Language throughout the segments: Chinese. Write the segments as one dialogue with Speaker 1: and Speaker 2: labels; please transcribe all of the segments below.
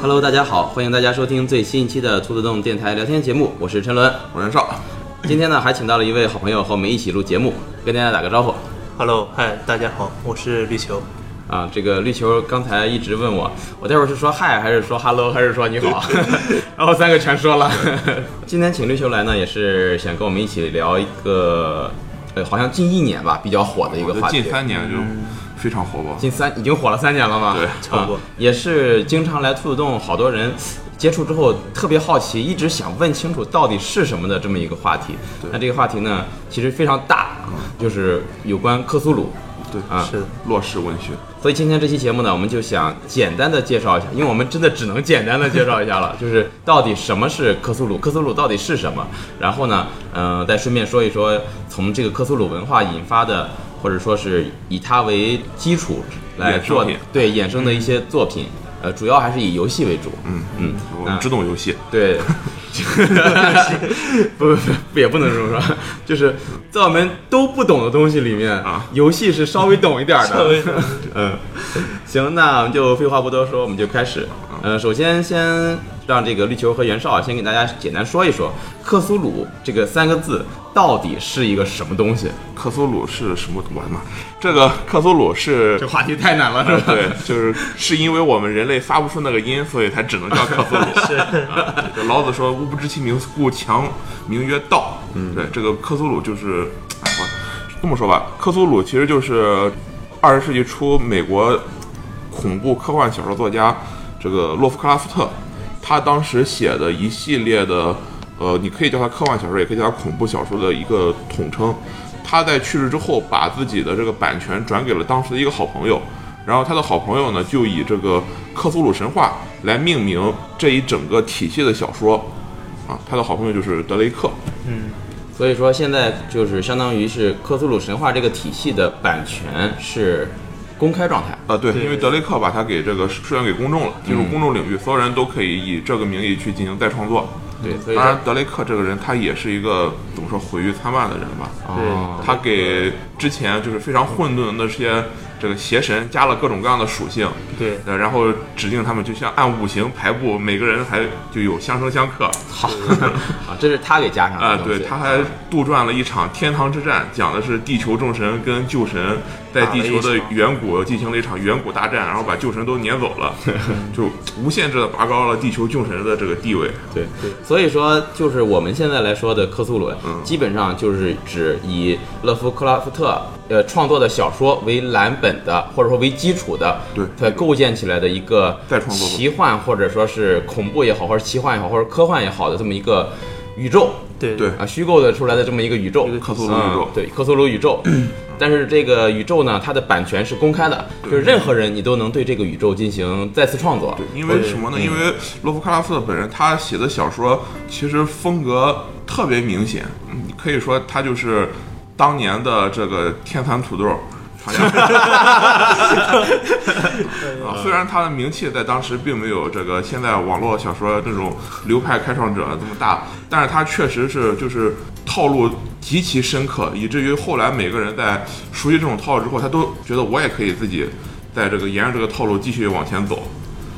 Speaker 1: Hello，大家好，欢迎大家收听最新一期的兔子洞电台聊天节目，我是陈伦。
Speaker 2: 我袁绍，
Speaker 1: 今天呢，还请到了一位好朋友和我们一起录节目，跟大家打个招呼。
Speaker 3: Hello，嗨，大家好，我是绿球。
Speaker 1: 啊，这个绿球刚才一直问我，我待会儿是说嗨，还是说 hello，还是说你 好？然后三个全说了。 今天请绿球来呢，也是想跟我们一起聊一个，呃，好像近一年吧比较火的一
Speaker 2: 我
Speaker 1: 个
Speaker 2: 觉
Speaker 1: 话
Speaker 3: 哦
Speaker 2: 得
Speaker 1: 题。
Speaker 2: 近三年就非常火爆。
Speaker 1: 近三已经火了三年了嘛，
Speaker 2: 对
Speaker 3: 差不多
Speaker 1: 啊也是经常来兔子洞，好多人 接触之后特别好奇，一直想问清楚到底是什么的这么一个话题。那这个话题呢，其实非常大，就是有关克苏鲁。
Speaker 2: 对，
Speaker 1: 啊
Speaker 3: 是的，
Speaker 2: 洛氏文学，
Speaker 1: 所以今天这期节目呢，我们就想简单的介绍一下，因为我们真的只能简单的介绍一 下了，就是到底什么是克苏鲁，克苏鲁到底是什么，然后呢，嗯、再顺便说一说从这个克苏鲁文化引发的，或者说是以它为基础来
Speaker 2: 衍生
Speaker 1: 做
Speaker 2: 品
Speaker 1: 对衍生的一些作品，呃，主要还是以游戏为主，
Speaker 2: 嗯
Speaker 1: 嗯，
Speaker 2: 我
Speaker 1: 那
Speaker 2: 们只懂游戏，
Speaker 1: 对， 不不不，也不能这么说，就是在我们都不懂的东西里面，
Speaker 2: 啊
Speaker 1: 游戏是 稍微懂一点儿的。
Speaker 3: 稍微
Speaker 1: 嗯，行，那我们就废话不多说，我们就开始。呃，首先先让这个绿球和袁绍啊先给大家简单说一说克苏鲁这个三个字到底是一个什么东西。
Speaker 2: 克苏鲁是什么？我的妈，这个克苏鲁是
Speaker 1: 这。话题太难了，是吧？
Speaker 2: 对，就是是因为我们人类发不出那个音，所以才只能叫克苏鲁。
Speaker 3: 是
Speaker 2: 啊对老子说“吾不知其名，故强名曰道”。嗯，对，这个克苏鲁就是，哎，我这么说吧，克苏鲁其实就是二十世纪初美国恐怖科幻小说作家这个洛夫克拉夫特，他当时写的一系列的，呃，你可以叫它科幻小说，也可以叫它恐怖小说的一个统称。他在去世之后，把自己的这个版权转给了当时的一个好朋友，然后他的好朋友呢，就以这个克苏鲁神话来命名这一整个体系的小说，啊，他的好朋友就是德雷克，
Speaker 1: 所以说现在就是相当于是克苏鲁神话这个体系的版权是公开状态。
Speaker 2: 啊，对，
Speaker 3: 对
Speaker 2: 因为德雷克把它给这个授权给公众了，进入公众领域，所有人都可以以这个名义去进行再创作。
Speaker 1: 对，所以
Speaker 2: 当
Speaker 1: 说
Speaker 2: 然，德雷克这个人他也是一个怎么说毁誉参半的人吧，啊
Speaker 1: 哦
Speaker 2: 他给之前就是非常混沌的那些这个邪神加了各种各样的属性，
Speaker 3: 对，
Speaker 2: 呃，然后指定他们就像按五行排布，每个人还就有相生相克。
Speaker 1: 好啊，这是他给加上的
Speaker 2: 啊、
Speaker 1: 东
Speaker 2: 对，
Speaker 1: 西
Speaker 2: 他还杜撰了一场天堂之战，讲的是地球众神跟旧神在地球的远古进行了一场远古大战，然后把旧神都撵走 了，就无限制的拔高了地球众神的这个地位。
Speaker 1: 对，所以说就是我们现在来说的克苏鲁，
Speaker 2: 嗯
Speaker 1: 基本上就是指以勒夫克拉夫特呃创作的小说为蓝本的，或者说为基础的，
Speaker 2: 对
Speaker 1: 它构建起来的一个
Speaker 2: 再创作吧
Speaker 1: 奇幻或者说是恐怖也好，或者奇幻也好，或者科幻也好的这么一个宇宙
Speaker 3: 对
Speaker 2: 对
Speaker 1: 啊，虚构的出来的这么一个宇宙，
Speaker 2: 克苏鲁宇宙
Speaker 1: 嗯对，克苏鲁宇宙。但是这个宇宙呢，它的版权是公开的，就是任何人你都能对这个宇宙进行再次创作。
Speaker 2: 因为什么呢？因为洛夫克拉夫特本人他写的小说其实风格特别明显，嗯可以说他就是当年的这个天蚕土豆。好像啊，虽然他的名气在当时并没有这个现在网络小说那种流派开创者这么大，但是他确实是就是套路极其深刻，以至于后来每个人在熟悉这种套路之后，他都觉得我也可以自己在这个沿着这个套路继续往前走，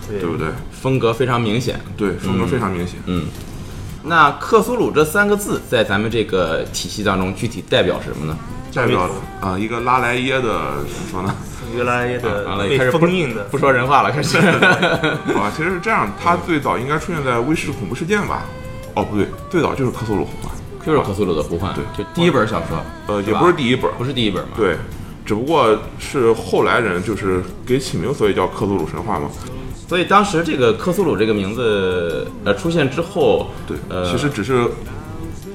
Speaker 2: 对不对？
Speaker 1: 风格非常明显，
Speaker 2: 对，风
Speaker 3: 嗯
Speaker 2: 格非常明显。
Speaker 1: 那克苏鲁这三个字在咱们这个体系当中具体代表什么呢？
Speaker 2: 代表了啊、一个拉莱耶的怎么说呢？
Speaker 3: 原来
Speaker 1: 完
Speaker 3: 的
Speaker 1: 了，开
Speaker 3: 被
Speaker 1: 始
Speaker 3: 封印的
Speaker 1: 不说人话 了，开始。
Speaker 2: 啊，其实是这样，它
Speaker 3: 嗯
Speaker 2: 最早应该出现在威士恐怖事件吧？哦，不对，最早就是克苏鲁红吧？
Speaker 1: 就是克苏鲁的呼唤，
Speaker 2: 对
Speaker 1: 就第一本小说，
Speaker 2: 呃，也
Speaker 1: 吧
Speaker 2: 不是第一本，
Speaker 1: 不是第一本嘛？
Speaker 2: 对，只不过是后来人就是给起名，所以叫克苏鲁神话嘛。
Speaker 1: 所以当时这个克苏鲁这个名字呃出现之后，
Speaker 2: 对，
Speaker 1: 呃，
Speaker 2: 其实只是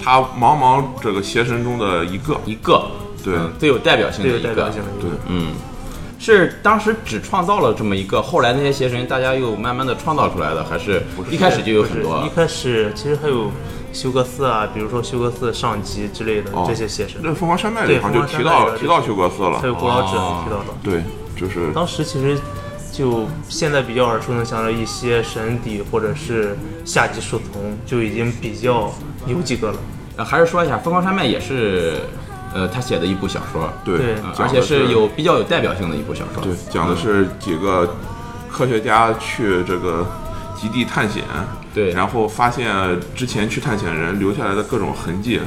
Speaker 2: 他茫茫这个邪神中的一个。
Speaker 1: 一个
Speaker 2: 对
Speaker 1: 嗯最有代表性
Speaker 3: 最
Speaker 1: 的
Speaker 3: 有
Speaker 1: 一
Speaker 3: 代表
Speaker 1: 个
Speaker 3: 性，的一
Speaker 2: 对
Speaker 3: 个，
Speaker 1: 是当时只创造了这么一个，后来那些邪神大家又慢慢的创造出来的，还是一开始就有
Speaker 3: 不
Speaker 1: 很
Speaker 3: 是
Speaker 1: 多啊
Speaker 3: 一？开始其实还有休格斯啊，比如说休格斯上级之类的
Speaker 2: 哦
Speaker 3: 这些写神，
Speaker 2: 那凤凰山脉里
Speaker 3: 对
Speaker 2: 好像就
Speaker 3: 凤凰山
Speaker 2: 提到
Speaker 3: 脉
Speaker 2: 了
Speaker 3: 里
Speaker 2: 提到休格斯
Speaker 3: 还有
Speaker 2: 了。
Speaker 3: 古老者
Speaker 1: 哦
Speaker 3: 提到的。
Speaker 2: 对，就是
Speaker 3: 当时其实就现在比较耳熟能详的一些神邸或者是下级树丛，就已经比较有几个了。
Speaker 1: 呃还是说一下《疯狂山脉》也是，呃，他写的一部小说，
Speaker 2: 对
Speaker 3: 对
Speaker 1: 嗯，
Speaker 2: 讲
Speaker 1: 而
Speaker 2: 的
Speaker 1: 且是有比较有代表性的一部小说。
Speaker 2: 对，讲的是几个科学家去这个极地探险，
Speaker 1: 对
Speaker 2: 然后发现之前去探险人留下来的各种痕迹，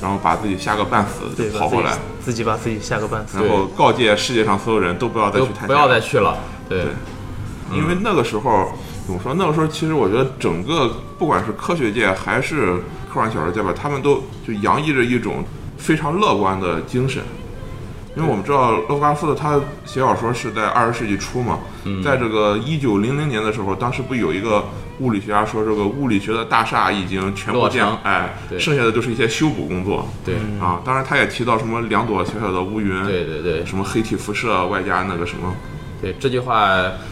Speaker 2: 然后把自己吓个半死，
Speaker 3: 对，
Speaker 2: 跑过
Speaker 3: 把
Speaker 2: 来
Speaker 3: 自己，自己把自己吓个半死
Speaker 2: 然。后告诫世界上所有人都不要再
Speaker 1: 都
Speaker 2: 去探险，
Speaker 1: 不要再去了。对
Speaker 2: 对，因
Speaker 1: 嗯
Speaker 2: 为那个时候怎么说？那个时候其实我觉得整个不管是科学界还是科幻小说界吧，他们都就洋溢着一种非常乐观的精神。因为我们知道洛克菲勒他写小说是在二十世纪初嘛，
Speaker 1: 嗯
Speaker 2: 在这个一九零零年的时候，当时不有一个物理学家说这个物理学的大厦已经全部
Speaker 1: 落
Speaker 2: 建
Speaker 1: 成，
Speaker 2: 哎，
Speaker 1: 对
Speaker 2: 剩下的就是一些修补工作。
Speaker 1: 对
Speaker 2: 啊，当然他也提到什么两朵小小的乌云，
Speaker 1: 对对对
Speaker 2: 什么黑体辐射，外加那个什么
Speaker 1: 对，这句话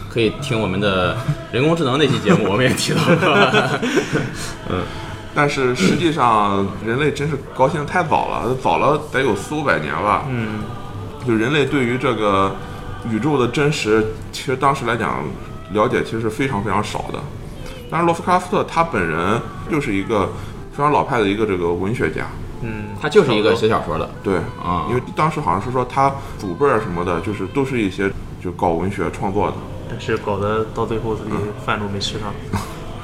Speaker 1: 可以听我们的人工智能那期节目，我们也提到过。
Speaker 2: 但是实际上，人类真是高兴得太早了，早了得有四五百年吧。
Speaker 3: 嗯，
Speaker 2: 就人类对于这个宇宙的真实，其实当时来讲了解其实是非常非常少的。当然，洛夫克拉夫特他本人就是一个非常老派的一个这个文学家，
Speaker 3: 嗯，
Speaker 1: 他就是一个写小说的，
Speaker 2: 对
Speaker 1: 啊
Speaker 2: 因为当时好像是说他祖辈儿什么的，就是都是一些就搞文学创作的。
Speaker 3: 但是搞得到最后自己
Speaker 1: 嗯
Speaker 3: 饭都没吃上。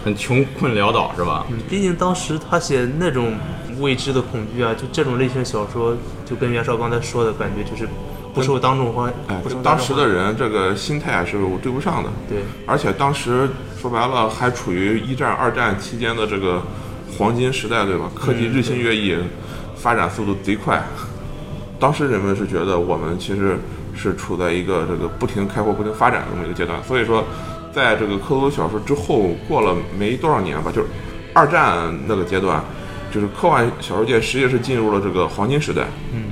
Speaker 1: 很穷困潦倒是吧？
Speaker 3: 嗯，毕竟当时他写那种未知的恐惧啊，就这种类型小说，就跟袁绍刚才说的感觉就是不受当众欢
Speaker 2: 哎，，
Speaker 3: 不受
Speaker 2: 当
Speaker 3: 众
Speaker 2: 时
Speaker 3: 欢
Speaker 2: 的人这个心态是对不上的。
Speaker 3: 对，
Speaker 2: 而且当时说白了，还处于一战、二战期间的这个黄金时嗯代，对吧？科技日新月异，发展速度贼快。当时人们是觉得我们其实是处在一个这个不停开阔、不停发展的这么一个阶段，所以说，在这个科苏鲁小说之后，过了没多少年吧，就是二战那个阶段，就是科幻小说界实际是进入了这个黄金时代。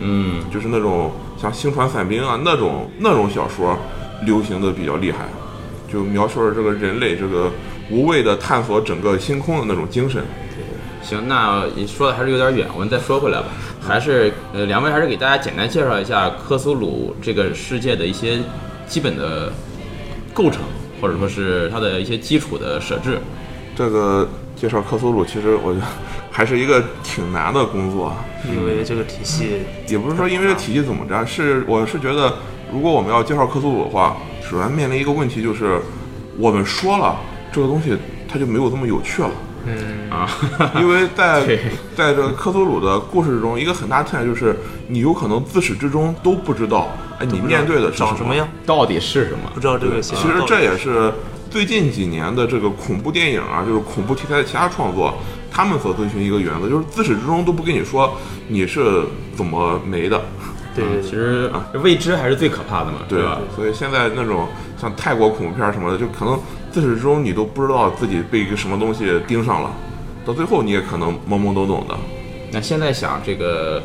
Speaker 1: 嗯，
Speaker 2: 就是那种像《星船散兵》啊那种那种小说流行的比较厉害，就描述了这个人类这个无畏的探索整个星空的那种精神。
Speaker 1: 行，那你说的还是有点远，我们再说回来吧。还是呃，两位还是给大家简单介绍一下科苏鲁这个世界的一些基本的构成，或者说是它的一些基础的设置。
Speaker 2: 这个介绍克苏鲁，其实我觉得还是一个挺难的工作，啊
Speaker 3: 因为这个体系，
Speaker 2: 也不是说因为这体系怎么着，是我是觉得如果我们要介绍克苏鲁的话，首先面临一个问题就是，我们说了这个东西，它就没有这么有趣了。
Speaker 3: 嗯，
Speaker 1: 啊，
Speaker 2: 因为在
Speaker 1: 对
Speaker 2: 在这个科苏鲁的故事中，一个很大特点就是你有可能自始至终都不知道，哎，你面对的是
Speaker 3: 长什么样？
Speaker 1: 到底是什么？
Speaker 3: 不知道这个
Speaker 2: 其
Speaker 3: 写
Speaker 2: 实
Speaker 3: 的到底
Speaker 2: 这也是最近几年的这个恐怖电影啊，就是恐怖题材的其他创作，他们所遵循一个原则，就是自始至终都不跟你说你是怎么没的，
Speaker 3: 对对
Speaker 1: 啊其
Speaker 3: 对，
Speaker 1: 实未知还是最可怕的嘛，
Speaker 2: 对
Speaker 1: 吧？？
Speaker 2: 所以现在那种像泰国恐怖片什么的，就可能自始至终你都不知道自己被一个什么东西盯上了，到最后你也可能懵懵懂懂的。
Speaker 1: 那现在想这个。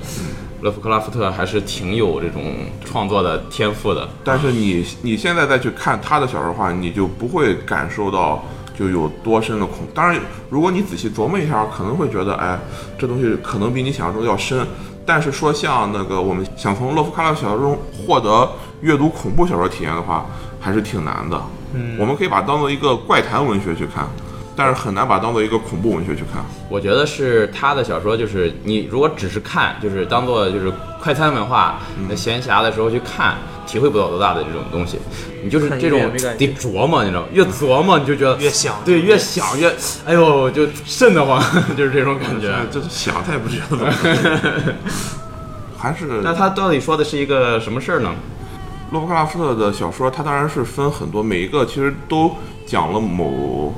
Speaker 1: 勒夫克拉夫特还是挺有这种创作的天赋的，
Speaker 2: 但是你你现在再去看他的小说的话，你就不会感受到就有多深的恐。当然，如果你仔细琢磨一下，可能会觉得，哎，这东西可能比你想象中要深。但是说像那个我们想从洛夫克拉夫小说中获得阅读恐怖小说体验的话，还是挺难的。
Speaker 3: 嗯
Speaker 2: 我们可以把它当做一个怪谈文学去看，但是很难把它当做一个恐怖文学去看。
Speaker 1: 我觉得是他的小说，就是你如果只是看，就是当做就是快餐文化，
Speaker 3: 嗯
Speaker 1: 那闲暇的时候去看，体会不到多大的这种东西。你就是
Speaker 3: 看一
Speaker 1: 这
Speaker 3: 遍
Speaker 1: 种
Speaker 3: 没感觉嗯
Speaker 1: 得琢磨，你知道吗？越琢磨你就觉得
Speaker 3: 越想
Speaker 1: 对，越想越，哎呦，就瘆得慌， 就是这种感觉。
Speaker 2: 哎这这想他也不觉得，还是
Speaker 1: 那他到底说的是一个什么事儿 呢？
Speaker 2: 洛夫克拉夫特的小说，它当然是分很多，每一个其实都讲了某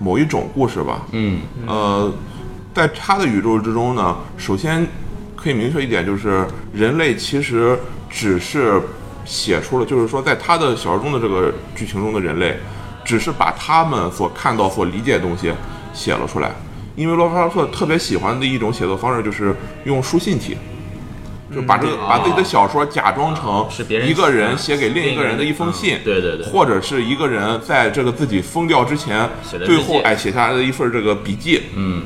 Speaker 2: 某一种故事吧。
Speaker 1: 嗯，
Speaker 2: 呃，在他的宇宙之中呢，首先可以明确一点，就是人类其实只是写出了，就是说在他的小说中的这个剧情中的人类，只是把他们所看到、所理解的东西写了出来。因为洛夫克拉夫特特别喜欢的一种写作方式就是用书信体，就把这个、把自己的小说假装成
Speaker 1: 是别人
Speaker 2: 一个人
Speaker 1: 写
Speaker 2: 写给另一个人的一封信，
Speaker 1: 嗯对对对
Speaker 2: 或者是一个人在这个自己疯掉之前
Speaker 1: 写的日记
Speaker 2: 最后哎写下来的一份这个笔记，
Speaker 1: 嗯，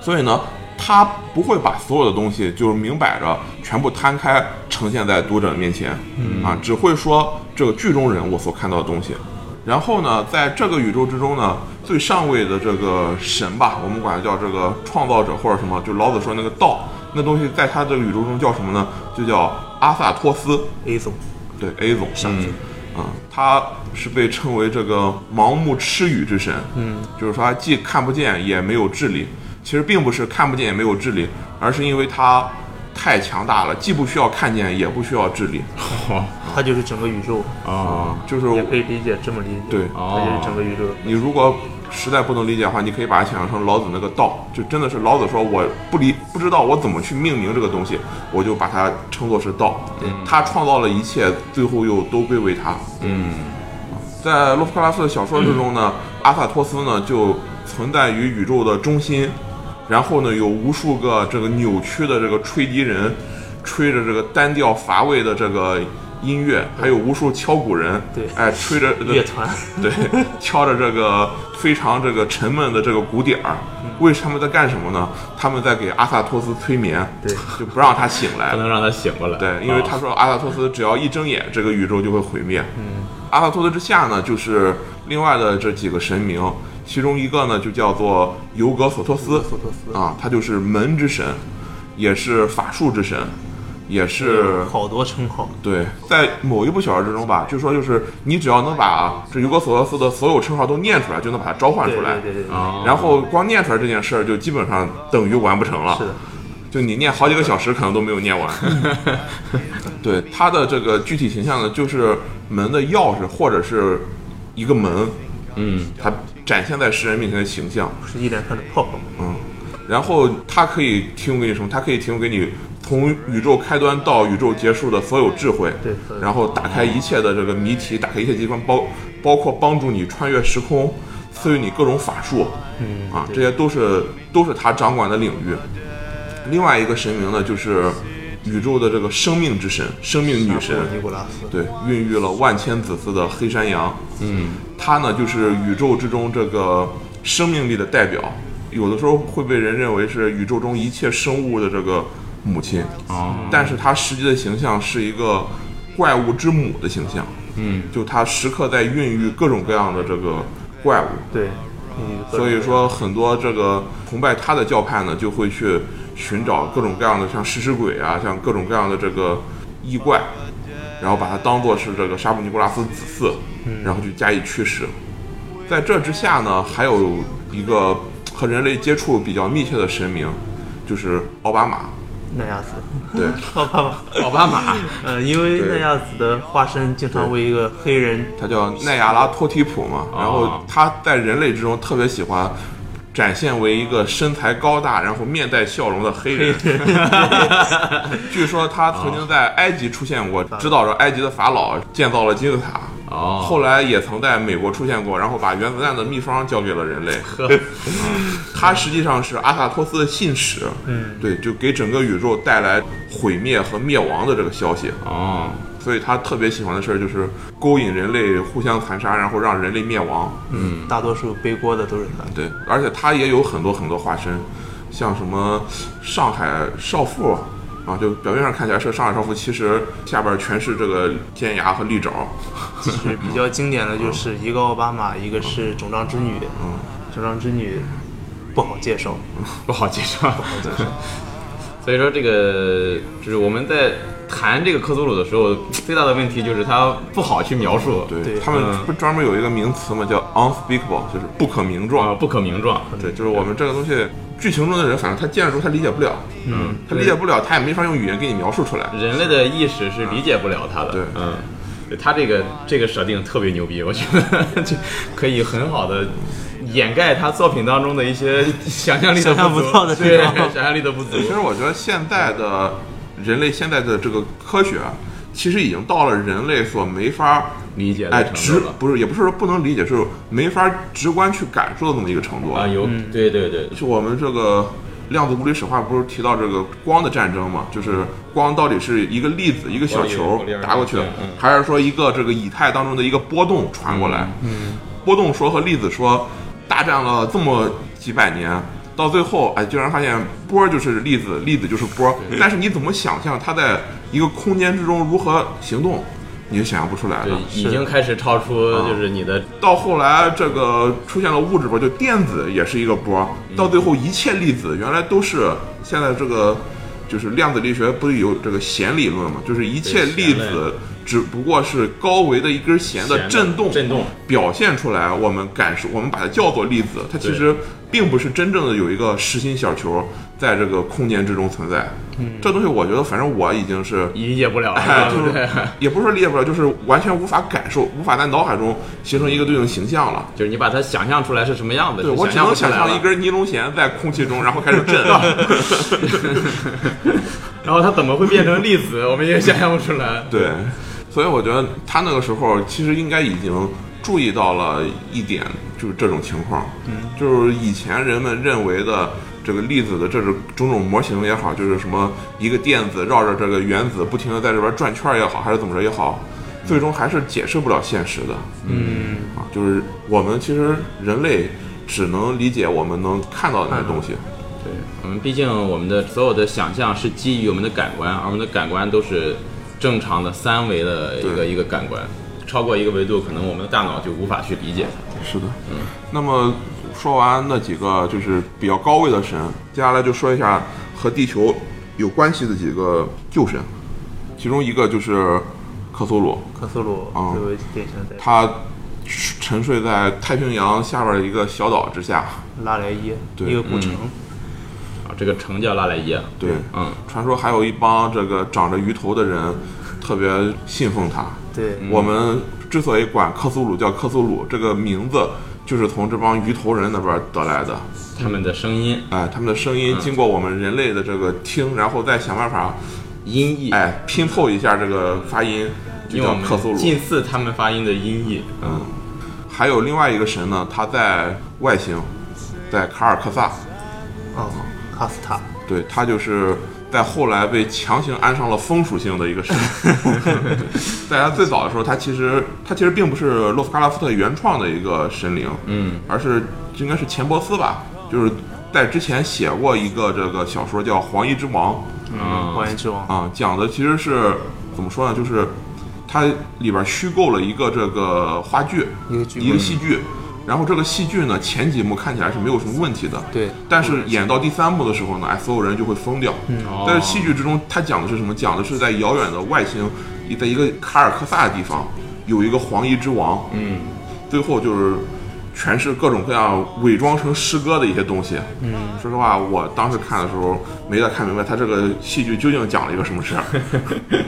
Speaker 2: 所以呢，他不会把所有的东西就是明摆着全部摊开呈现在读者面前，
Speaker 1: 嗯
Speaker 2: 啊，只会说这个剧中人我所看到的东西。然后呢，在这个宇宙之中呢，最上位的这个神吧，我们管它叫这个创造者或者什么，就老子说那个道，那东西在他这个宇宙中叫什么呢？就叫阿萨托斯，
Speaker 3: A 总
Speaker 2: 对 A 总，
Speaker 3: 上去
Speaker 2: 嗯啊、他是被称为这个盲目痴语之神，嗯，就是说他既看不见也没有智力，其实并不是看不见也没有智力，而是因为他太强大了，既不需要看见也不需要智力，
Speaker 3: 它就是整个宇宙，
Speaker 1: 哦
Speaker 2: 就是
Speaker 3: 也可以理解这么理解，
Speaker 2: 对哦
Speaker 3: 它就是整个宇宙。
Speaker 2: 你如果实在不能理解的话，你可以把它想象成老子那个道，就真的是老子说我不理不知道我怎么去命名这个东西，我就把它称作是道。
Speaker 3: 嗯
Speaker 2: 他创造了一切，最后又都归为他。嗯，在洛夫克拉夫的小说之中
Speaker 3: 嗯
Speaker 2: 呢，阿萨托斯呢就存在于宇宙的中心，然后呢有无数个这个扭曲的这个吹笛人，吹着这个单调乏味的这个音乐，还有无数敲鼓人，
Speaker 3: 对
Speaker 2: 哎，吹着
Speaker 3: 乐 团，
Speaker 2: 对，敲着这个非常这个沉闷的这个鼓点儿。为他们在干什么呢？他们在给阿萨托斯催眠，
Speaker 3: 对，
Speaker 2: 就不让他醒 来
Speaker 1: 不。能让他醒过来。
Speaker 2: 对，因为他
Speaker 1: 啊
Speaker 2: 说阿萨托斯只要一睁眼，这个宇宙就会毁灭。嗯，阿萨托斯之下呢，就是另外的这几个神明，其中一个呢就叫做尤格索托斯，
Speaker 3: 托斯
Speaker 2: 啊，他就是门之神，也是法术之神，也是
Speaker 3: 好多称号，
Speaker 2: 对，在某一部小说之中吧，据说就是你只要能把啊这尤格索托斯的所有称号都念出来，就能把它召唤
Speaker 3: 对
Speaker 2: 出来。啊
Speaker 3: 对对对，
Speaker 1: 哦
Speaker 2: 然后光念出来这件事儿，就基本上等于完不成了。
Speaker 3: 是的，
Speaker 2: 就你念好几个小时，可能都没有 念完。对，它的这个具体形象呢，就是门的钥匙或者是一个门，
Speaker 1: 嗯，
Speaker 2: 它展现在世人面前的形象。
Speaker 3: 是一连串的泡泡，
Speaker 2: 然后它可以提供给你什么？它可以提供给你从宇宙开端到宇宙结束的所有智慧，
Speaker 3: 对所有
Speaker 2: 然后打开一切的这个谜题，打开一切机关，包包括帮助你穿越时空，赐予你各种法术，
Speaker 3: 嗯
Speaker 2: 啊，
Speaker 3: 对
Speaker 2: 这些都是都是他掌管的领域。另外一个神明呢，就是宇宙的这个生命之神，生命女神，
Speaker 3: 尼古拉斯，
Speaker 2: 对，孕育了万千子嗣的黑山羊。嗯，它呢就是宇宙之中这个生命力的代表，有的时候会被人认为是宇宙中一切生物的这个母亲。啊
Speaker 1: 哦
Speaker 2: 但是它实际的形象是一个怪物之母的形象。嗯，就它时刻在孕育各种各样的这个怪物。
Speaker 3: 对，嗯
Speaker 2: 所以说，很多这个崇拜他的教派呢，就会去寻找各种各样的像食尸鬼啊，像各种各样的这个异怪，然后把它当做是这个沙姆尼古拉斯子嗣，
Speaker 3: 嗯
Speaker 2: 然后去加以驱使。在这之下呢，还有一个和人类接触比较密切的神明，就是奥巴马。
Speaker 3: 奈亚斯，
Speaker 2: 对，
Speaker 3: 好吧吧，
Speaker 1: 奥巴马，
Speaker 3: 呃，因为
Speaker 2: 对
Speaker 3: 奈亚子的化身经常为一个黑人，
Speaker 2: 他叫奈亚拉托提普嘛，然后他在人类之中特别喜欢展现为一个身材高大，然后面带笑容的黑人。 据说他曾经在埃及出现过，指导着埃及的法老建造了金字塔。
Speaker 1: 哦
Speaker 2: 后来也曾在美国出现过，然后把原子弹的秘方交给了人类。嗯他实际上是阿萨托斯的信使，嗯，对，就给整个宇宙带来毁灭和灭亡的这个消息。
Speaker 1: 哦，
Speaker 2: 所以他特别喜欢的事儿就是勾引人类互相残杀，然后让人类灭亡。
Speaker 3: 嗯，大多数背锅的都是他，
Speaker 2: 对，而且他也有很多很多化身，像什么上海少妇啊，就表面上看起来是上海少妇，其实下边全是这个尖牙和利爪。
Speaker 3: 其实比较经典的就是一个奥巴马，一个是肿胀之女，
Speaker 2: 嗯
Speaker 3: 肿胀之女不好介绍，
Speaker 1: 不好介绍。 所以说这个就是我们在谈这个科苏鲁的时候，最大的问题就是它不好去描述，
Speaker 2: 对
Speaker 3: 对
Speaker 2: 他们
Speaker 1: 嗯
Speaker 2: 不是专门有一个名词嘛，叫 unspeakable，就是不可名
Speaker 1: 啊、
Speaker 2: 状。
Speaker 1: 不可名状。
Speaker 2: 对，就是我们这个东西，剧情中的人，反正他见了之后他理解不了，嗯，他理解不了，他也没法用语言给你描述出来。
Speaker 1: 人类的意识是理解不了它的。
Speaker 2: 对
Speaker 1: 嗯，对它这个这个设定特别牛逼，我觉得这可以很好的掩盖他作品当中的一些想象力的
Speaker 3: 想象
Speaker 1: 不足
Speaker 3: 不到的地
Speaker 1: 对
Speaker 3: 方
Speaker 1: 想象力的不足。
Speaker 2: 其实我觉得现在的人类现在的这个科学啊，其实已经到了人类所没法
Speaker 1: 理解
Speaker 2: 哎
Speaker 1: 的程
Speaker 2: 直
Speaker 1: 度了。
Speaker 2: 不是也不是说不能理解，是没法直观去感受的这么一个程度
Speaker 1: 啊，。有、对对对，
Speaker 2: 就我们这个量子物理史话不是提到这个光的战争嘛？就是光到底是一个粒子一个小
Speaker 1: 光
Speaker 2: 球
Speaker 1: 粒儿
Speaker 2: 打过去的
Speaker 1: 对嗯，
Speaker 2: 还是说一个这个以太当中的一个波动传过来？嗯，波动说和粒子说大战了这么几百年。到最后，哎，居然发现波就是粒子，粒子就是波。但是你怎么想象它在一个空间之中如何行动，你啊是想啊象不出来的
Speaker 1: 对。，已经开始超出就是你的
Speaker 2: 到后来，这个出现了物质波，就电子也是一个波，到最后一切粒子原来都是现在这个就是量子力学不是有这个弦理论嘛？就是一切
Speaker 1: 对
Speaker 2: 粒
Speaker 1: 弦论
Speaker 2: 子只不过是高维的一根弦的
Speaker 1: 弦的
Speaker 2: 振动，
Speaker 1: 振动
Speaker 2: 表现出来，我们感受，我们把它叫做粒子，它其实并不是真正的有一个实心小球在这个空间之中存在。嗯，这东西我觉得，反正我已经是
Speaker 1: 理解不了，
Speaker 2: 哎，
Speaker 1: 对
Speaker 2: 就
Speaker 1: 不对
Speaker 2: 是？也不是说理解不了，就是完全无法感受，无法在脑海中形成一个对应形象了。
Speaker 1: 就是你把它想象出来是什么样的，
Speaker 2: 对
Speaker 1: 是
Speaker 2: 我只
Speaker 1: 象
Speaker 2: 能
Speaker 1: 不出
Speaker 2: 想
Speaker 1: 来
Speaker 2: 象
Speaker 1: 了
Speaker 2: 一。根尼龙弦在空气中，然后开始震。
Speaker 1: 然后它怎么会变成粒 子，我们也想象不出来。
Speaker 2: 对，所以我觉得他那个时候其实应该已经注意到了一点，就是这种情况，嗯，就是以前人们认为的这个粒子的这种种种模型也好，就是什么一个电子绕着这个原子不停的在这边转圈儿也好，还是怎么着也好，最终还是解释不了现实的
Speaker 3: 嗯，
Speaker 2: 啊，就是我们其实人类只能理解我们能看到的那些东西，
Speaker 1: 对，我们毕竟我们的所有的想象是基于我们的感官，而我们的感官都是正常的三维的一个
Speaker 2: 对
Speaker 1: 一个感官，超过一个维度，可能我们的大脑就无法去理解它。
Speaker 2: 是的，那么说完那几个就是比较高位的神，接下来就说一下和地球有关系的几个旧神，其中一个就是克苏鲁，
Speaker 3: 克苏鲁
Speaker 2: 啊
Speaker 3: 最为典型的代表
Speaker 2: 他沉睡在太平洋下边的一个小岛之下，
Speaker 3: 拉莱伊，
Speaker 2: 对嗯
Speaker 3: 一个古城，
Speaker 1: 啊，这个城叫拉莱耶。
Speaker 2: 对，
Speaker 1: 嗯，
Speaker 2: 传说还有一帮这个长着鱼头的人特别信奉他。
Speaker 3: 对，
Speaker 2: 我们之所以管克苏鲁叫克苏鲁这个名字，就是从这帮鱼头人那边得来的。
Speaker 1: 他们的声音
Speaker 2: 哎，他们的声音经过我们人类的这个听，然后再想办法，
Speaker 1: 音译，
Speaker 2: 哎，拼凑一下这个发音，就
Speaker 1: 用我
Speaker 2: 叫
Speaker 1: 们
Speaker 2: 克苏鲁。
Speaker 1: 近似他们发音的音译。
Speaker 2: 嗯，还有另外一个神呢，他在外星，在卡尔克萨，
Speaker 3: 啊，卡斯塔，
Speaker 2: 对他就是在后来被强行安上了风属性的一个神。在他最早的时候，他其实他其实并不是洛斯卡拉夫特原创的一个神灵，
Speaker 1: 嗯，
Speaker 2: 而是应该是钱伯斯吧，就是在之前写过一个这个小说叫《黄衣之王》。
Speaker 1: 啊
Speaker 3: 火焰之王，
Speaker 2: 啊，讲的其实是怎么说呢？就是它里边虚构了一个这个话剧，
Speaker 3: 一个剧嗯
Speaker 2: 一个
Speaker 3: 本，
Speaker 2: 戏剧。然后这个戏剧呢，前几幕看起来是没有什么问题的，
Speaker 3: 对，
Speaker 2: 但是演到第三幕的时候呢，哎，所有人就会疯掉。
Speaker 3: 嗯
Speaker 1: 哦
Speaker 2: 但是戏剧之中，它讲的是什么？讲的是在遥远的外星，在一个卡尔克萨的地方，有一个黄衣之王，
Speaker 1: 嗯，
Speaker 2: 最后就是全是各种各样伪装成诗歌的一些东西。嗯，说实话，我当时看的时候没太看明白他这个戏剧究竟讲了一个什么事儿。嗯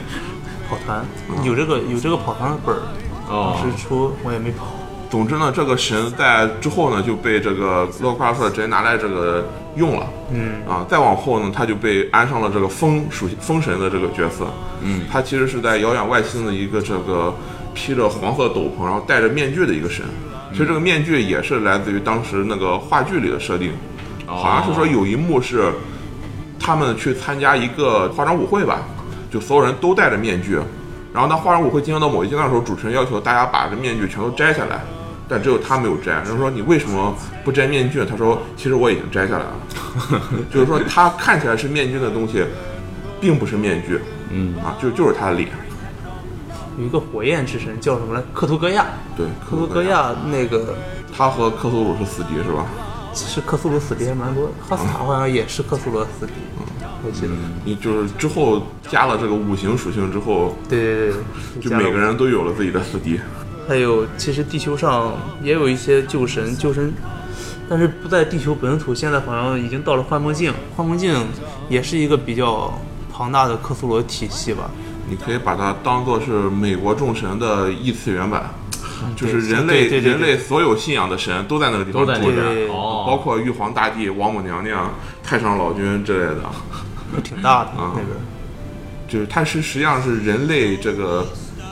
Speaker 3: 跑团有这个有这个跑团的本儿，
Speaker 1: 哦，
Speaker 2: 嗯
Speaker 3: 之初我也没跑，
Speaker 2: 总之呢，这个神在之后呢就被这个洛克拉夫特直接拿来这个用了。
Speaker 3: 嗯，
Speaker 2: 啊，再往后呢，他就被安上了这个风属风神的这个角色。
Speaker 1: 嗯，
Speaker 2: 他其实是在遥远外星的一个这个披着黄色斗篷，然后戴着面具的一个神。其实这个面具也是来自于当时那个话剧里的设定，
Speaker 1: 哦
Speaker 2: 好像是说有一幕是他们去参加一个化妆舞会吧，就所有人都戴着面具，然后当化妆舞会进行到某一阶段的时候，主持人要求大家把这面具全都摘下来，但只有他没有摘。然后说你为什么不摘面具呢？他说其实我已经摘下来了，就是说他看起来是面具的东西，并不是面具
Speaker 1: 嗯，
Speaker 2: 啊，就就是他的脸。
Speaker 3: 有一个火焰之神叫什么来？克图格亚，
Speaker 2: 对，
Speaker 3: 克图格亚那个
Speaker 2: 他和克苏鲁是死敌是吧？
Speaker 3: 其实克苏鲁死敌还蛮多的，哈斯塔好像也是克苏鲁的死敌，
Speaker 2: 嗯
Speaker 3: 我记得，
Speaker 2: 你就是之后加了这个五行属性之后，
Speaker 3: 对对对对，
Speaker 2: 就
Speaker 3: 加了
Speaker 2: 每个人都有了自己的死敌。
Speaker 3: 还有，其实地球上也有一些旧神，旧神，但是不在地球本土。现在好像已经到了幻梦境，幻梦境也是一个比较庞大的克苏罗体系吧。
Speaker 2: 你可以把它当做是美国众神的异次元版，就是人
Speaker 3: 对
Speaker 2: 类
Speaker 3: 对对对
Speaker 2: 人类所有信仰的神都在那个地
Speaker 1: 都
Speaker 2: 方
Speaker 1: 在那
Speaker 2: 住着，
Speaker 1: 边
Speaker 3: 对
Speaker 1: 哦，
Speaker 2: 包括玉皇大帝、王母娘娘、太上老君之类的。
Speaker 3: 挺大的、
Speaker 2: 啊
Speaker 3: 那边。
Speaker 2: 就是它是实际上是人类这个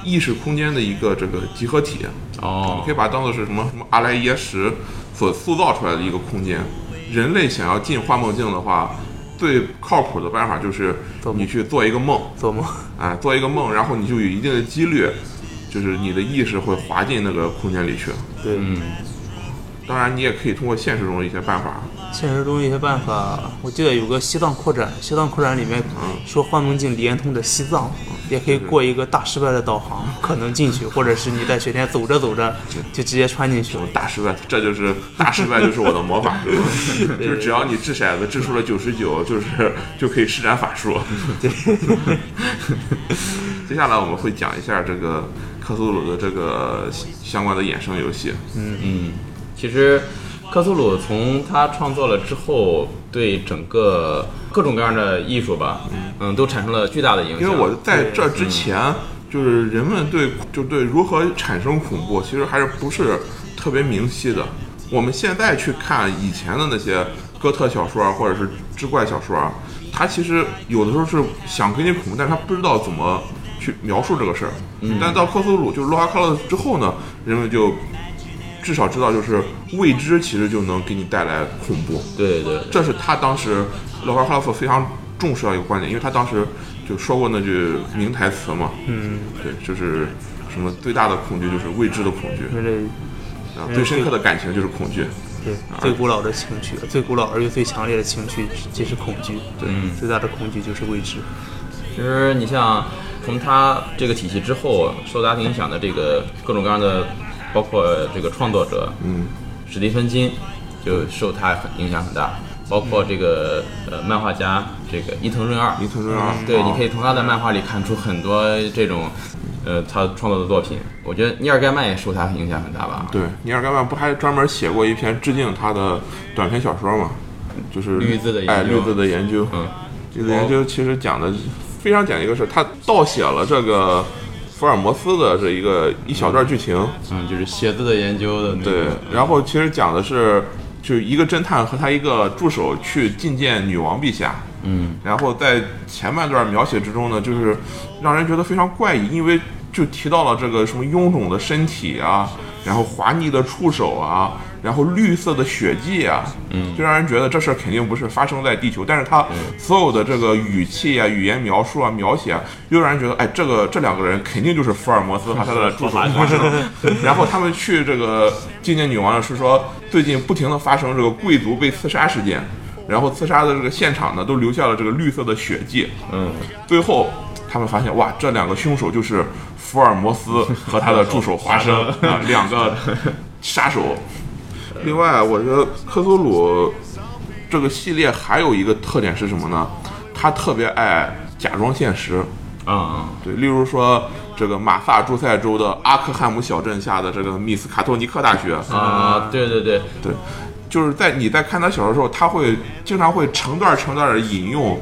Speaker 2: 意识空间的一个这个集合体，
Speaker 1: 哦
Speaker 2: 你可以把它当做是什么什么阿莱耶识所塑造出来的一个空间。人类想要进幻梦境的话，最靠谱的办法就是
Speaker 3: 做梦
Speaker 2: 你去做一个梦。
Speaker 3: 做梦，
Speaker 2: 哎，做一个梦，然后你就有一定的几率，就是你的意识会滑进那个空间里去。
Speaker 3: 对，
Speaker 2: 当然，你也可以通过现实中的一些办法，
Speaker 3: 现实中一些办法，我记得有个西藏扩展，西藏扩展里面说幻梦镜连通着西藏，也可以过一个大失败的导航， 可能进去，或者是你在雪天走着走着就直接穿进去了。
Speaker 2: 大失败，这就是大失败，就是我的魔法，就是只要你掷骰子掷出了九十九，就是就可以施展法术。接下来我们会讲一下这个克苏鲁的这个相关的衍生游戏。
Speaker 1: 嗯其实，克苏鲁从他创作了之后，对整个各种各样的艺术吧，嗯，都产生了巨大的影响。嗯
Speaker 2: 因为我在这之前，就是人们对就对如何产生恐怖，其实还是不是特别明晰的。我们现在去看以前的那些哥特小说啊或者是志怪小说啊，它其实有的时候是想给你恐怖，但是他不知道怎么去描述这个事儿。
Speaker 1: 嗯
Speaker 2: 但到克苏鲁就是洛哈克勒之后呢，人们就至少知道，就是未知其实就能给你带来恐怖。
Speaker 1: 对对，
Speaker 2: 这是他当时老华克拉夫非常重视的一个观点，因为他当时就说过那句名台词嘛，嗯，对，就是什么最大的恐惧就是未知的恐惧，
Speaker 3: 因为
Speaker 2: 然后最深刻的感情就是恐惧，
Speaker 3: 这对最古老的情绪，最古老而又最强烈的情绪，即是恐惧。对，最大的恐惧就是未知。
Speaker 1: 其实你像从他这个体系之后受他影响的这个各种各样的，包括这个创作者，嗯，史蒂芬金就受他很影响很大，包括这个、呃漫画家这个伊藤润二，
Speaker 2: 嗯伊藤润二，
Speaker 1: 对，你可
Speaker 2: 以，
Speaker 1: 以从他的漫画里看出很多这种，呃，他创作的作品。我觉得尼尔盖曼也受他影响很大吧？
Speaker 2: 对，尼尔盖曼不还专门写过一篇致敬他的短篇小说嘛，就是
Speaker 1: 绿字的研究
Speaker 2: 哎，绿字的研究，
Speaker 1: 嗯，
Speaker 2: 这个研究其实讲的非常简单一个事儿，他倒写了这个福尔摩斯的这一个一小段剧情，
Speaker 1: 嗯，就是写字的研究的那
Speaker 2: 对
Speaker 1: 个，，
Speaker 2: 然后其实讲的是，就一个侦探和他一个助手去觐见女王陛下。
Speaker 1: 嗯，
Speaker 2: 然后在前半段描写之中呢，就是让人觉得非常怪异，因为就提到了这个什么臃肿的身体啊，然后滑腻的触手啊，然后绿色的血迹啊，嗯，就让人觉得这事儿肯定不是发生在地球，但是他所有的这个语气啊、语言描述啊、描写啊，又让人觉得，哎，这个这两个人肯定就是福尔摩斯和他的助手发生的。然后他们去这个觐见女王是说，最近不停的发生这个贵族被刺杀事件。然后刺杀的这个现场呢，都留下了这个绿色的血迹。嗯，最后他们发现，哇，这两个凶手就是福尔摩斯和他的助手华生啊，两个杀手。另外，我觉得科苏鲁这个系列还有一个特点是什么呢？他特别爱假装现实。
Speaker 1: 啊、
Speaker 2: 对，例如说这个马萨诸塞州的阿克汉姆小镇下的这个密斯卡托尼克大学
Speaker 1: 嗯、啊，对对对，
Speaker 2: 对，就是在你在看他小说的时候，他会经常会成段成段的引用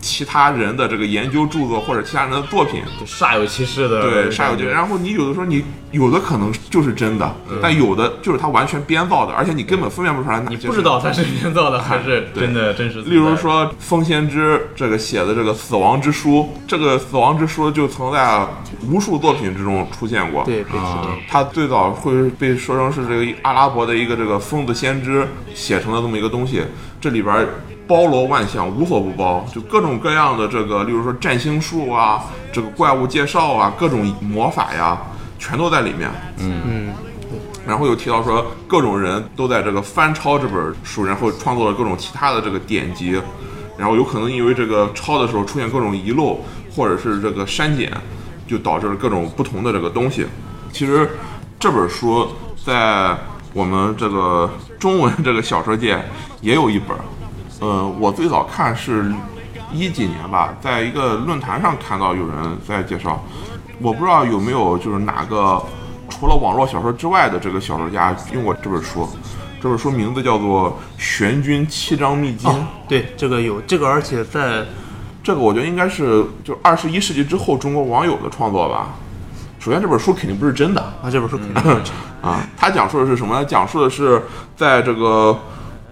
Speaker 2: 其他人的这个研究著作或者其他人的作品，
Speaker 1: 就煞有其事的，
Speaker 2: 对，煞有其事。然后你有的时候你有的可能就是真的，但有的就是他完全编造的，而且你根本分辨不出来哪
Speaker 1: 你
Speaker 2: 些是。
Speaker 1: 不知道他是编造的还是
Speaker 2: 对
Speaker 1: 真的真实。
Speaker 2: 例如，说，风先知这个写的这个《死亡之书》，这个《死亡之书》就曾在无数作品之中出现过。
Speaker 3: 对，被提到。
Speaker 2: 他最早会被说成是这个阿拉伯的一个这个疯子先知写成的这么一个东西，这里边儿包罗万象，无所不包，就各种各样的这个，例如说占星术啊，这个怪物介绍啊，各种魔法呀，全都在里面。
Speaker 3: 嗯，
Speaker 2: 然后又提到说，各种人都在这个翻抄这本书，然后创作了各种其他的这个典籍，然后有可能因为这个抄的时候出现各种遗漏，或者是这个删减，就导致了各种不同的这个东西。其实这本书在我们这个中文这个小说界也有一本儿，呃，我最早看是一几年吧，在一个论坛上看到有人在介绍，我不知道有没有就是哪个除了网络小说之外的这个小说家用过这本书。这本书名字叫做《玄君七章秘经》，
Speaker 3: 对，这个有这个，而且在
Speaker 2: 这个我觉得应该是就二十一世纪之后中国网友的创作吧。首先，这本书肯定不是真的，
Speaker 3: 啊这本书肯定有
Speaker 2: 啊，它讲述的是什么呢？讲述的是在这个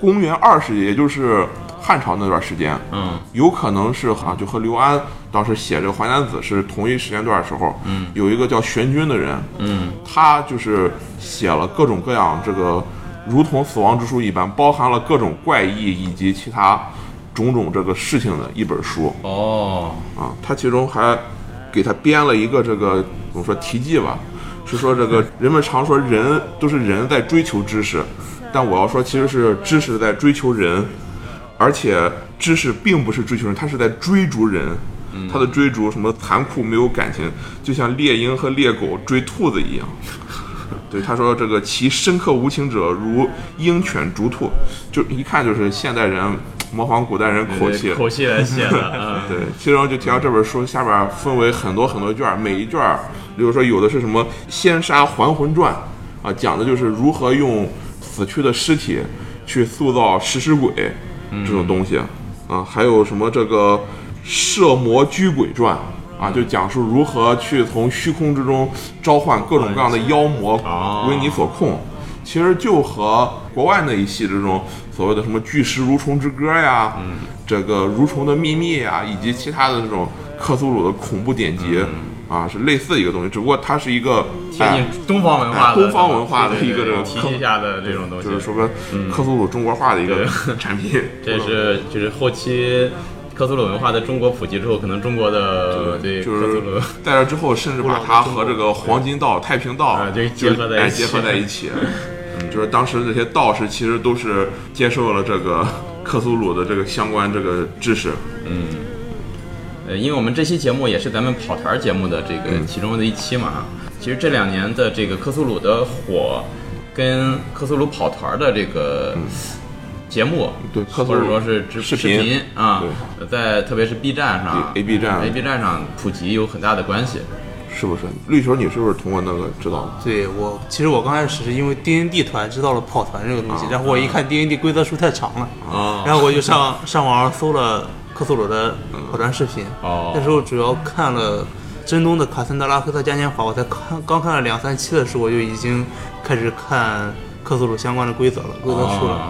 Speaker 2: 公元二世纪，也就是汉朝那段时间，
Speaker 1: 嗯，
Speaker 2: 有可能是啊，就和刘安当时写这个《淮南子》是同一时间段的时候，嗯，有一个叫玄君的人，嗯，他就是写了各种各样这个，如同死亡之书一般，包含了各种怪异以及其他种种这个事情的一本书，
Speaker 1: 哦，
Speaker 2: 啊，他其中还给他编了一个这个怎么说题记吧，是说这个人们常说人都是人在追求知识，但我要说，其实是知识在追求人，而且知识并不是追求人，它是在追逐人。它的追逐什么残酷没有感情，就像猎鹰和猎狗追兔子一样。对，他说这个其深刻无情者如鹰犬逐兔，就一看就是现代人模仿古代人口气。
Speaker 1: 口气来写 的，嗯，
Speaker 2: 对，其中就提到这本书下边分为很多很多卷儿，每一卷儿，比如说有的是什么《先杀还魂传》啊，讲的就是如何用死去的尸体去塑造食尸鬼这种东西、啊，还有什么这个《摄魔拘鬼传》啊，就讲述如何去从虚空之中召唤各种各样的妖魔
Speaker 1: 哦
Speaker 2: 为你所控。其实就和国外那一系之中所谓的什么《巨石蠕虫之歌》呀，
Speaker 1: 嗯
Speaker 2: 这个《蠕虫的秘密》呀，以及其他的这种克苏鲁的恐怖典籍、
Speaker 1: 嗯
Speaker 2: 啊，是类似的一个东西，只不过它是一个
Speaker 1: 贴
Speaker 2: 哎
Speaker 1: 近东方文化的，
Speaker 2: 哎东方文化的
Speaker 1: 对
Speaker 2: 一个
Speaker 1: 对对
Speaker 2: 这种
Speaker 1: 提一下的这种东西，
Speaker 2: 就是说个克苏鲁中国化的一个产品。
Speaker 1: 嗯 这是就是后期克苏鲁文化在中国普及之后，可能中国的对
Speaker 2: 就
Speaker 1: 克苏
Speaker 2: 是
Speaker 1: 鲁
Speaker 2: 在这之后，甚至把它和这个黄金道、太平道
Speaker 1: 啊就
Speaker 2: 就
Speaker 1: 结
Speaker 2: 是
Speaker 1: 合在一
Speaker 2: 哎
Speaker 1: 起
Speaker 2: 结合在 一起。嗯，就是当时这些道士其实都是接受了这个克苏鲁的这个相关这个知识。
Speaker 1: 呃，因为我们这期节目也是咱们跑团儿节目的这个
Speaker 2: 嗯
Speaker 1: 其中的一期嘛，其实这两年的这个克苏鲁的火，跟克苏鲁跑团儿的这个节目，
Speaker 2: 嗯对克苏
Speaker 1: 或
Speaker 2: 鲁
Speaker 1: 者说是直
Speaker 2: 视频
Speaker 1: 频啊，在特别是 B 站上嗯
Speaker 2: A B 站
Speaker 1: A B 站上普及有很大的关系。
Speaker 2: 是不是？绿球，你是不是通过那个知道的？
Speaker 3: 对我，其实我刚开始是因为 D N D 团知道了跑团这个东西，然后我一看 D N D 规则书太长了，
Speaker 2: 啊
Speaker 1: 哦
Speaker 3: 然后我就上上网上搜了克苏鲁的跑团视频。
Speaker 1: 哦
Speaker 3: 那时候主要看了真东的《卡森德拉克特嘉年华》，我才看刚看了两三期的时候，我就已经开始看克苏鲁相关的规则了，规则书了。
Speaker 1: 哦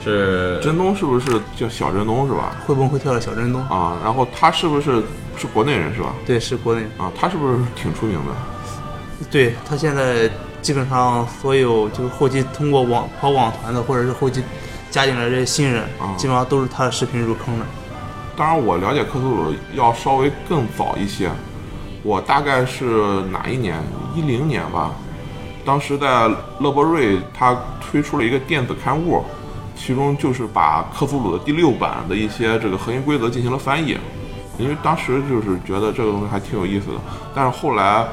Speaker 1: 是
Speaker 2: 真东是不是叫小真东是吧？
Speaker 3: 会蹦会跳的小真东，
Speaker 2: 啊，然后他是不是是国内人是吧？
Speaker 3: 对，是国内人。
Speaker 2: 啊，他是不是挺出名的？
Speaker 3: 对他现在基本上所有就是后期通过网跑网团的，或者是后期加进来这些新人，
Speaker 2: 啊
Speaker 3: 基本上都是他的视频入坑的。
Speaker 2: 当然，我了解克苏鲁要稍微更早一些，我大概是哪一年？一零年吧。当时在勒伯瑞，他推出了一个电子刊物，其中就是把克苏鲁的第六版的一些这个核心规则进行了翻译，因为当时就是觉得这个东西还挺有意思的。但是后来，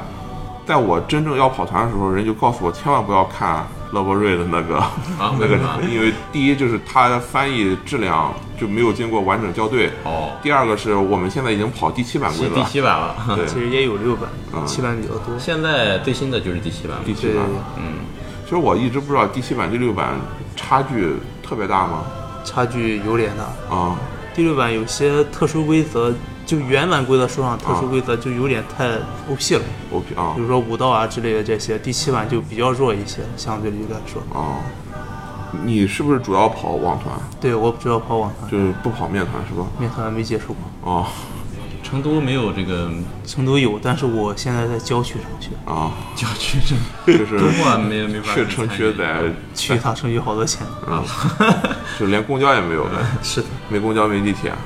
Speaker 2: 在我真正要跑团的时候，人就告诉我千万不要看勒伯瑞的那个
Speaker 1: 啊为
Speaker 2: 那个
Speaker 1: 什么，
Speaker 2: 因为第一就是它翻译质量就没有经过完整校对，
Speaker 1: 哦，
Speaker 2: 第二个是我们现在已经跑第七版规
Speaker 1: 是
Speaker 2: 则
Speaker 1: 第
Speaker 2: 了，
Speaker 1: 七版了，
Speaker 2: 对
Speaker 3: 其实也有六版
Speaker 2: 啊，
Speaker 3: 七版比较多。
Speaker 1: 现在最新的就是第七版了
Speaker 2: 第七
Speaker 3: 对，
Speaker 2: 版。其实我一直不知道第七版、第六版差距特别大吗？
Speaker 3: 差距有点大。
Speaker 2: 啊、
Speaker 3: 第六版有些特殊规则，就原版规则书上特殊规则就有点太 OP 了，
Speaker 2: o p 啊
Speaker 3: 比如说武道啊之类的这些。第七版就比较弱一些，相对于来说。
Speaker 2: 啊，你是不是主要跑网团，
Speaker 3: 对我主要跑网团，
Speaker 2: 就是不跑面团是吧？
Speaker 3: 面团没接触过。
Speaker 2: 哦
Speaker 1: 成都没有这个
Speaker 3: 成都有，但是我现在在郊区上学，
Speaker 2: 啊，
Speaker 1: 郊区这
Speaker 2: 就是
Speaker 1: 东莞没没法
Speaker 2: 血城
Speaker 1: 参与
Speaker 2: 血仔，嗯
Speaker 3: 去 一趟省去好多钱。
Speaker 2: 就连公交也没有的，
Speaker 3: 是的，
Speaker 2: 没公交没地铁。啊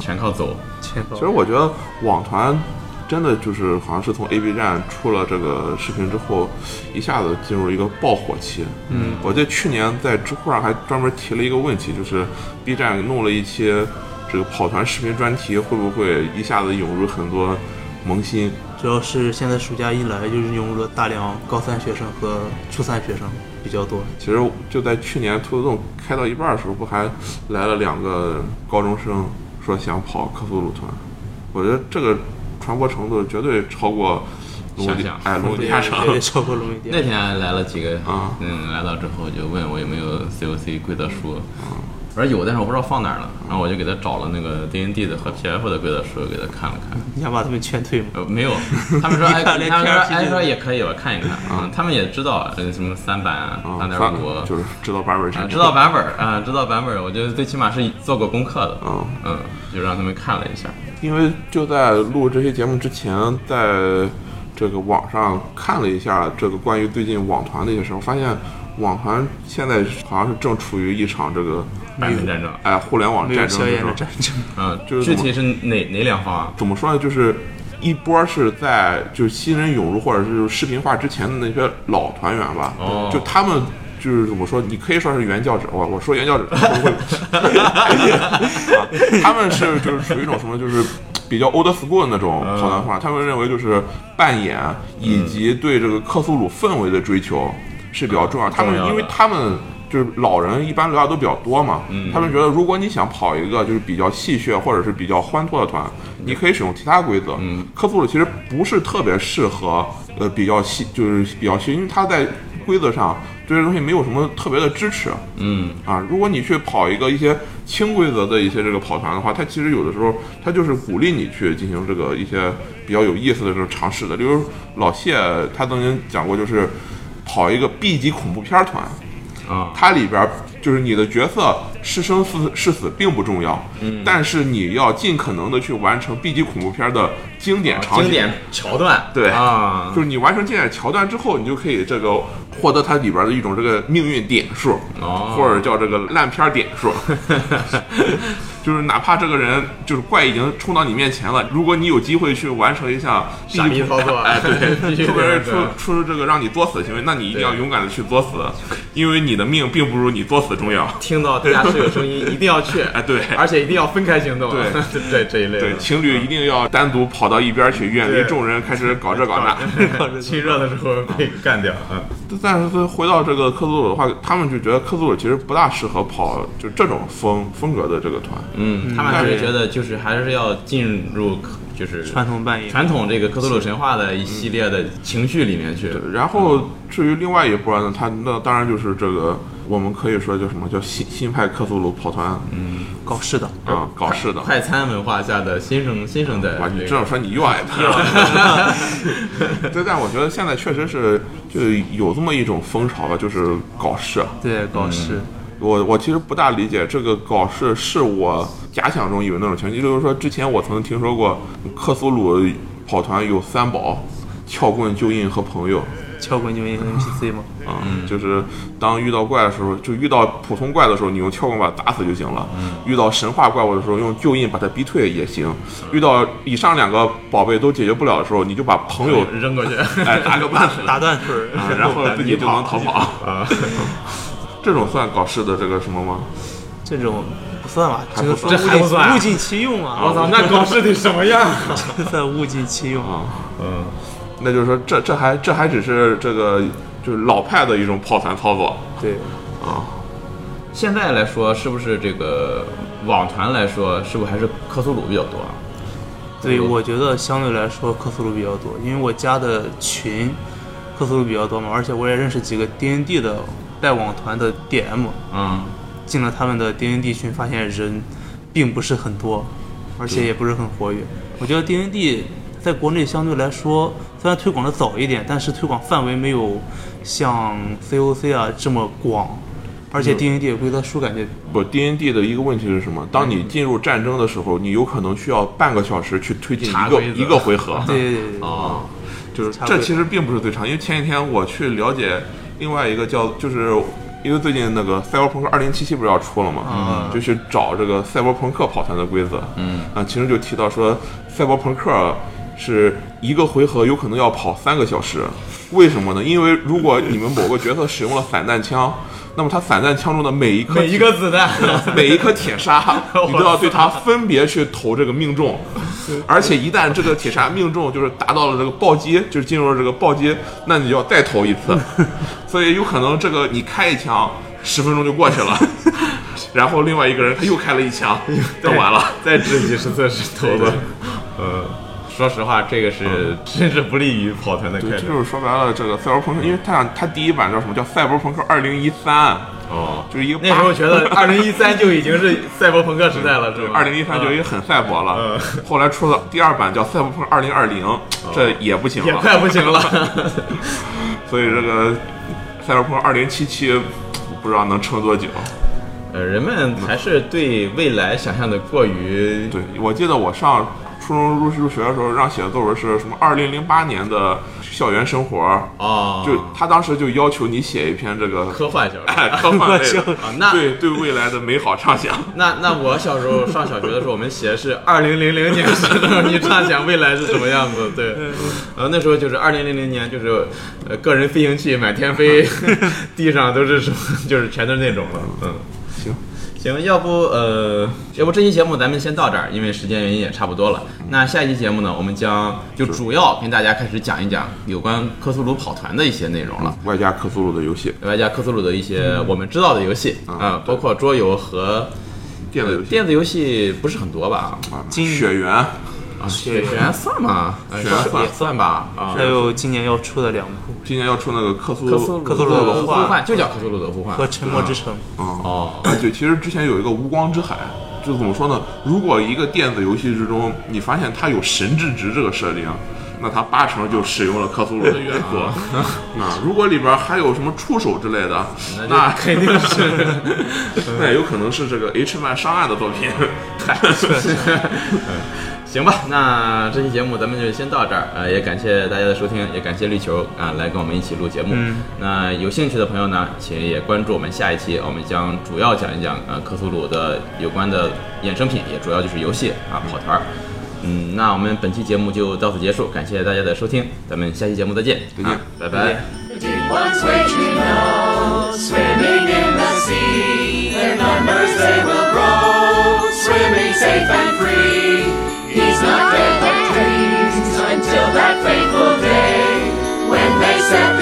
Speaker 1: 全靠走。
Speaker 3: 全包
Speaker 2: 其实我觉得网团真的就是好像是从 A B 站出了这个视频之后，一下子进入一个爆火期。嗯，我记得去年在知乎上还专门提了一个问题，就是 B 站弄了一期这个跑团视频专题，会不会一下子涌入很多萌新？
Speaker 3: 主要是现在暑假一来，就是涌入了大量高三学生和初三学生比较 多。
Speaker 2: 其实就在去年兔子洞开到一半的时候，不还来了两个高中生说想跑克苏鲁团？我觉得这个传播程度绝对超过龙
Speaker 1: 想
Speaker 2: 地
Speaker 1: 象
Speaker 2: 哎龙
Speaker 3: 对
Speaker 2: 地下城。
Speaker 3: 对，超过龙门
Speaker 1: 那
Speaker 3: 店。
Speaker 1: 天来了几个
Speaker 2: 啊，
Speaker 1: 嗯，来到之后就问我有没有 COC 规则书，
Speaker 2: 嗯
Speaker 1: 我说有，但是我不知道放哪儿了。然后我就给他找了那个 DND 的和 PF 的规则书给他看了看，
Speaker 3: 你想把他们劝退吗？
Speaker 1: 呃，没有， 他们说哎，
Speaker 3: 你看
Speaker 1: 他们
Speaker 3: 连
Speaker 1: 说
Speaker 3: PRP
Speaker 1: 哎
Speaker 3: 都
Speaker 1: 说也可以吧，看一看，嗯，他们也知道呃什么三版啊
Speaker 2: 啊，，
Speaker 1: 三点
Speaker 2: 翻
Speaker 1: 五
Speaker 2: 就是知道版本
Speaker 1: 啊，
Speaker 2: 是
Speaker 1: 知道版本儿啊，知道版本儿，我觉得最起码是做过功课的，
Speaker 2: 嗯
Speaker 1: 嗯，就让他们看了一下，
Speaker 2: 因为就在录这期节目之前，在这个网上看了一下这个关于最近网团的一些事儿，我发现网团现在好像是正处于一场这个
Speaker 1: 百分战争，
Speaker 2: 哎互联网
Speaker 3: 没
Speaker 2: 战
Speaker 3: 有
Speaker 2: 争
Speaker 3: 硝
Speaker 2: 这
Speaker 3: 烟
Speaker 2: 种
Speaker 3: 的战争。
Speaker 1: 嗯，
Speaker 2: 就是
Speaker 1: 具
Speaker 2: 怎
Speaker 1: 体
Speaker 2: 么
Speaker 1: 是哪哪两方啊？
Speaker 2: 怎么说呢，就是。一波是在就是新人涌入或者是视频化之前的那些老团员吧，
Speaker 1: 哦
Speaker 2: 就他们就是怎么说，你可以说是原教旨，我我说原教旨会不会啊？ 他们是就是属于一种什么，就是比较 old school 的那种跑男化，他们认为就是扮演以及对这个克苏鲁氛围的追求是比较重要。他们
Speaker 1: 重要的
Speaker 2: 因为他们。就是老人一般留下都比较多嘛，他们觉得如果你想跑一个就是比较戏谑或者是比较欢脱的团，你可以使用其他规则。嗯，克苏鲁其实不是特别适合呃比较戏就是比较戏，因为它在规则上对这东西没有什么特别的支持。
Speaker 1: 嗯，
Speaker 2: 啊，如果你去跑一个一些轻规则的一些这个跑团的话，它其实有的时候它就是鼓励你去进行这个一些比较有意思的这种尝试的。例如老谢他曾经讲过，就是跑一个 B 级恐怖片儿团，
Speaker 1: 啊，
Speaker 2: 它里边儿就是你的角色是生是是死并不重要，嗯，但是你要尽可能的去完成 B 级恐怖片儿的经典场景，
Speaker 1: 经典桥段，
Speaker 2: 对
Speaker 1: 啊
Speaker 2: 就，是你完成经典桥段之后，你就可以这个获得它里边的一种这个命运点数，
Speaker 1: 哦
Speaker 2: 或者叫这个烂片儿点数。 就是哪怕这个人就是怪已经冲到你面前了，如果你有机会去完成一项第
Speaker 1: 傻
Speaker 2: 一
Speaker 1: 逼
Speaker 2: 步，
Speaker 1: 操 作，
Speaker 2: 哎，对，
Speaker 1: 必须
Speaker 2: 特别
Speaker 1: 得
Speaker 2: 是出出这个让你作死的行为，那你一定要
Speaker 1: 对
Speaker 2: 勇敢的去作死，因为你的命并不如你作死重要。
Speaker 1: 听到地下室有声音，一定要去，
Speaker 2: 哎，对，
Speaker 1: 而且一定要分开行动，
Speaker 2: 对
Speaker 1: 对这一类
Speaker 2: 对，
Speaker 1: 的。
Speaker 2: 情侣一定要单独跑到一边去，远离
Speaker 1: 对
Speaker 2: 众人，开始搞这搞 那。
Speaker 1: 亲热的时候被干掉，嗯，
Speaker 2: 但是回到这个克苏鲁的话，他们就觉得克苏鲁其实不大适合跑就这种风风格的这个团。
Speaker 1: 嗯，他们还是觉得就是还是要进入就是
Speaker 3: 传统扮演，
Speaker 1: 传统这个科索鲁神话的一系列的情绪里面去。
Speaker 2: 然后至于另外一波呢，他那当然就是这个，我们可以说叫什么叫新新派克苏鲁跑团，嗯
Speaker 3: 搞事的，
Speaker 2: 啊，搞事的。
Speaker 1: 快餐文化下的新生新生代
Speaker 2: 哇，，你
Speaker 1: 这
Speaker 2: 这
Speaker 1: 个
Speaker 2: 样说你又爱他。 对，但我觉得现在确实是就有这么一种风潮吧，就是搞事。
Speaker 3: 对，搞事，
Speaker 2: 我我其实不大理解这个搞事是我假想中以为那种情景，就是说之前我曾听说过克苏鲁跑团有三宝：撬棍、蚯蚓和朋友。
Speaker 3: 撬棍就用 NPC 嘛，
Speaker 2: 啊、就是当遇到怪的时候，就遇到普通怪的时候，你用撬棍把它打死就行了；遇到神话怪物的时候，用蚯蚓把它逼退也行；遇到以上两个宝贝都解决不了的时候，你就把朋友
Speaker 1: 扔过去，
Speaker 2: 哎 打个半死，
Speaker 3: 打断腿儿，
Speaker 2: 啊然后自己就能逃跑。
Speaker 1: 啊，
Speaker 2: 这种算搞事的这个什么吗？
Speaker 3: 这种不算吧？
Speaker 2: 还不
Speaker 3: 个
Speaker 2: 算
Speaker 1: 这还不算啊
Speaker 3: 物尽其用
Speaker 1: 我
Speaker 3: 啊，
Speaker 1: 操，那搞事得什么样？
Speaker 3: 这 算物尽其用。
Speaker 2: 啊、
Speaker 1: 嗯，
Speaker 2: 那就是说这这还这还只是这个就是老派的一种跑团操作
Speaker 3: 对，
Speaker 2: 啊，
Speaker 1: 现在来说，是不是这个网团来说，是不是还是科索鲁比较多啊？
Speaker 3: 对，
Speaker 1: 嗯
Speaker 3: 我觉得相对来说克苏鲁比较多，因为我加的群克苏鲁比较多嘛，而且我也认识几个 D N D 的带网团的 D M，
Speaker 1: 嗯，
Speaker 3: 进了他们的 D N D 群，发现人并不是很多，而且也不是很活跃。我觉得 D N D 在国内相对来说，虽然推广的早一点，但是推广范围没有像 C O C 啊这么广，而且 D N D 的规则书感觉
Speaker 2: 不 D N D 的一个问题是什么？当
Speaker 1: 嗯
Speaker 2: 你进入战争的时候，你有可能需要半个小时去推进
Speaker 1: 查
Speaker 2: 一个
Speaker 1: 规则
Speaker 2: 一个回合，
Speaker 3: 对对对对
Speaker 1: 哦，
Speaker 2: 就是
Speaker 3: 查规
Speaker 2: 这
Speaker 3: 则
Speaker 2: 其实并不是最长，因为前几天我去了解另外一个叫就是。因为最近那个《赛博朋克2077》不是要出了嘛，就去找这个赛博朋克跑团的规则。嗯，啊，其中就提到说，赛博朋克是一个回合有可能要跑三个小时，为什么呢？因为如果你们某个角色使用了散弹枪，那么他散弹枪中的每一颗
Speaker 1: 每一个子弹，
Speaker 2: 每一颗铁砂，你都要对它分别去投这个命中，而且一旦这个铁砂命中，就是达到了这个暴击，就是进入了这个暴击，那你就要再投一 次，所以有可能这个你开一枪，十分钟就过 去了，然后另外一个人他又开了一枪，更完了。
Speaker 1: 再掷几十次石头子，嗯。说实话，这个是甚至不利于跑团的开
Speaker 2: 对，这
Speaker 1: 展。
Speaker 2: 就是说白了，这个赛博朋克，因为他想他第一版叫什么叫赛博朋克二零一三，
Speaker 1: 哦，
Speaker 2: 就是一个
Speaker 1: 那时候觉得二零一三就已经是赛博朋克时代了，是吧？嗯
Speaker 2: 二零一三就已经很赛博了，后来出了第二版叫赛博朋克二零二零，这也不行
Speaker 1: 哦也
Speaker 2: 了，
Speaker 1: 快不行了。
Speaker 2: 所以这个《赛博朋克2077》不知道能撑多久。
Speaker 1: 呃，人们还是对未来想象的过于
Speaker 2: 对我记得我上初中入入学的时候让写的作文是什么？二零零八年的校园生活，
Speaker 1: 哦，
Speaker 2: 就他当时就要求你写一篇这个
Speaker 1: 科幻小说。
Speaker 2: 哎科幻类的
Speaker 1: 啊那
Speaker 2: 对对未来的美好畅想。
Speaker 1: 那那我小时候上小学的时候，我们写的是二零零零年时候，你畅想未来是什么样子？对，呃，那时候就是二零零零年，就是呃个人飞行器满天飞，地上都是什么，就是全都是那种了。嗯，
Speaker 2: 行，
Speaker 1: 行，要不呃，要不这期节目咱们先到这儿，因为时间原因也差不多了。那下一期节目呢，我们将就主要跟大家开始讲一讲有关科苏鲁跑团的一些内容了。
Speaker 2: 外加克苏鲁的游戏，
Speaker 1: 外加科苏鲁的一些我们知道的游戏啊、
Speaker 2: 啊
Speaker 1: 包括桌游和
Speaker 2: 电子游戏
Speaker 1: 电子游戏不是很多吧？
Speaker 2: 啊，
Speaker 3: 金
Speaker 2: 血缘，
Speaker 1: 啊，血缘算吗？哎
Speaker 2: 血缘算
Speaker 1: 也算吧。啊
Speaker 3: 还，有今年要出的两部
Speaker 2: 今年要出那个克苏
Speaker 1: 科苏鲁
Speaker 3: 科苏鲁
Speaker 1: 的
Speaker 3: 的呼
Speaker 1: 呼
Speaker 3: 唤
Speaker 1: 唤就叫科苏鲁的呼唤
Speaker 3: 和《沉默之城》
Speaker 2: 啊，
Speaker 1: 哦，
Speaker 2: 对，其实之前有一个无光之海。就怎么说呢？如果一个电子游戏之中，你发现它有神之职这个设定，那它八成就使用了克苏鲁的元素。啊，如果里边还有什么触手之类的，
Speaker 1: 那
Speaker 2: 那
Speaker 1: 就肯定是
Speaker 2: 那也有可能是这个 H 漫上岸的 作品。
Speaker 1: 行吧。那这期节目咱们就先到这儿，呃，也感谢大家的收听，也感谢绿球啊、来跟我们一起录节目。
Speaker 3: 嗯
Speaker 1: 那有兴趣的朋友呢，请也关注我们下一期，我们将主要讲一讲呃科苏鲁的有关的衍生品，也主要就是游戏啊跑团儿。嗯，那我们本期节目就到此结束，感谢大家的收听，咱们下期节目再见，
Speaker 2: 再见
Speaker 1: 啊
Speaker 3: 再
Speaker 1: 拜拜
Speaker 3: 见。
Speaker 4: Once way to know, swimming in the sea, their numbers they will grow, swimming safe and free. He's not dead, their dreams, until that fateful day when they set Oh,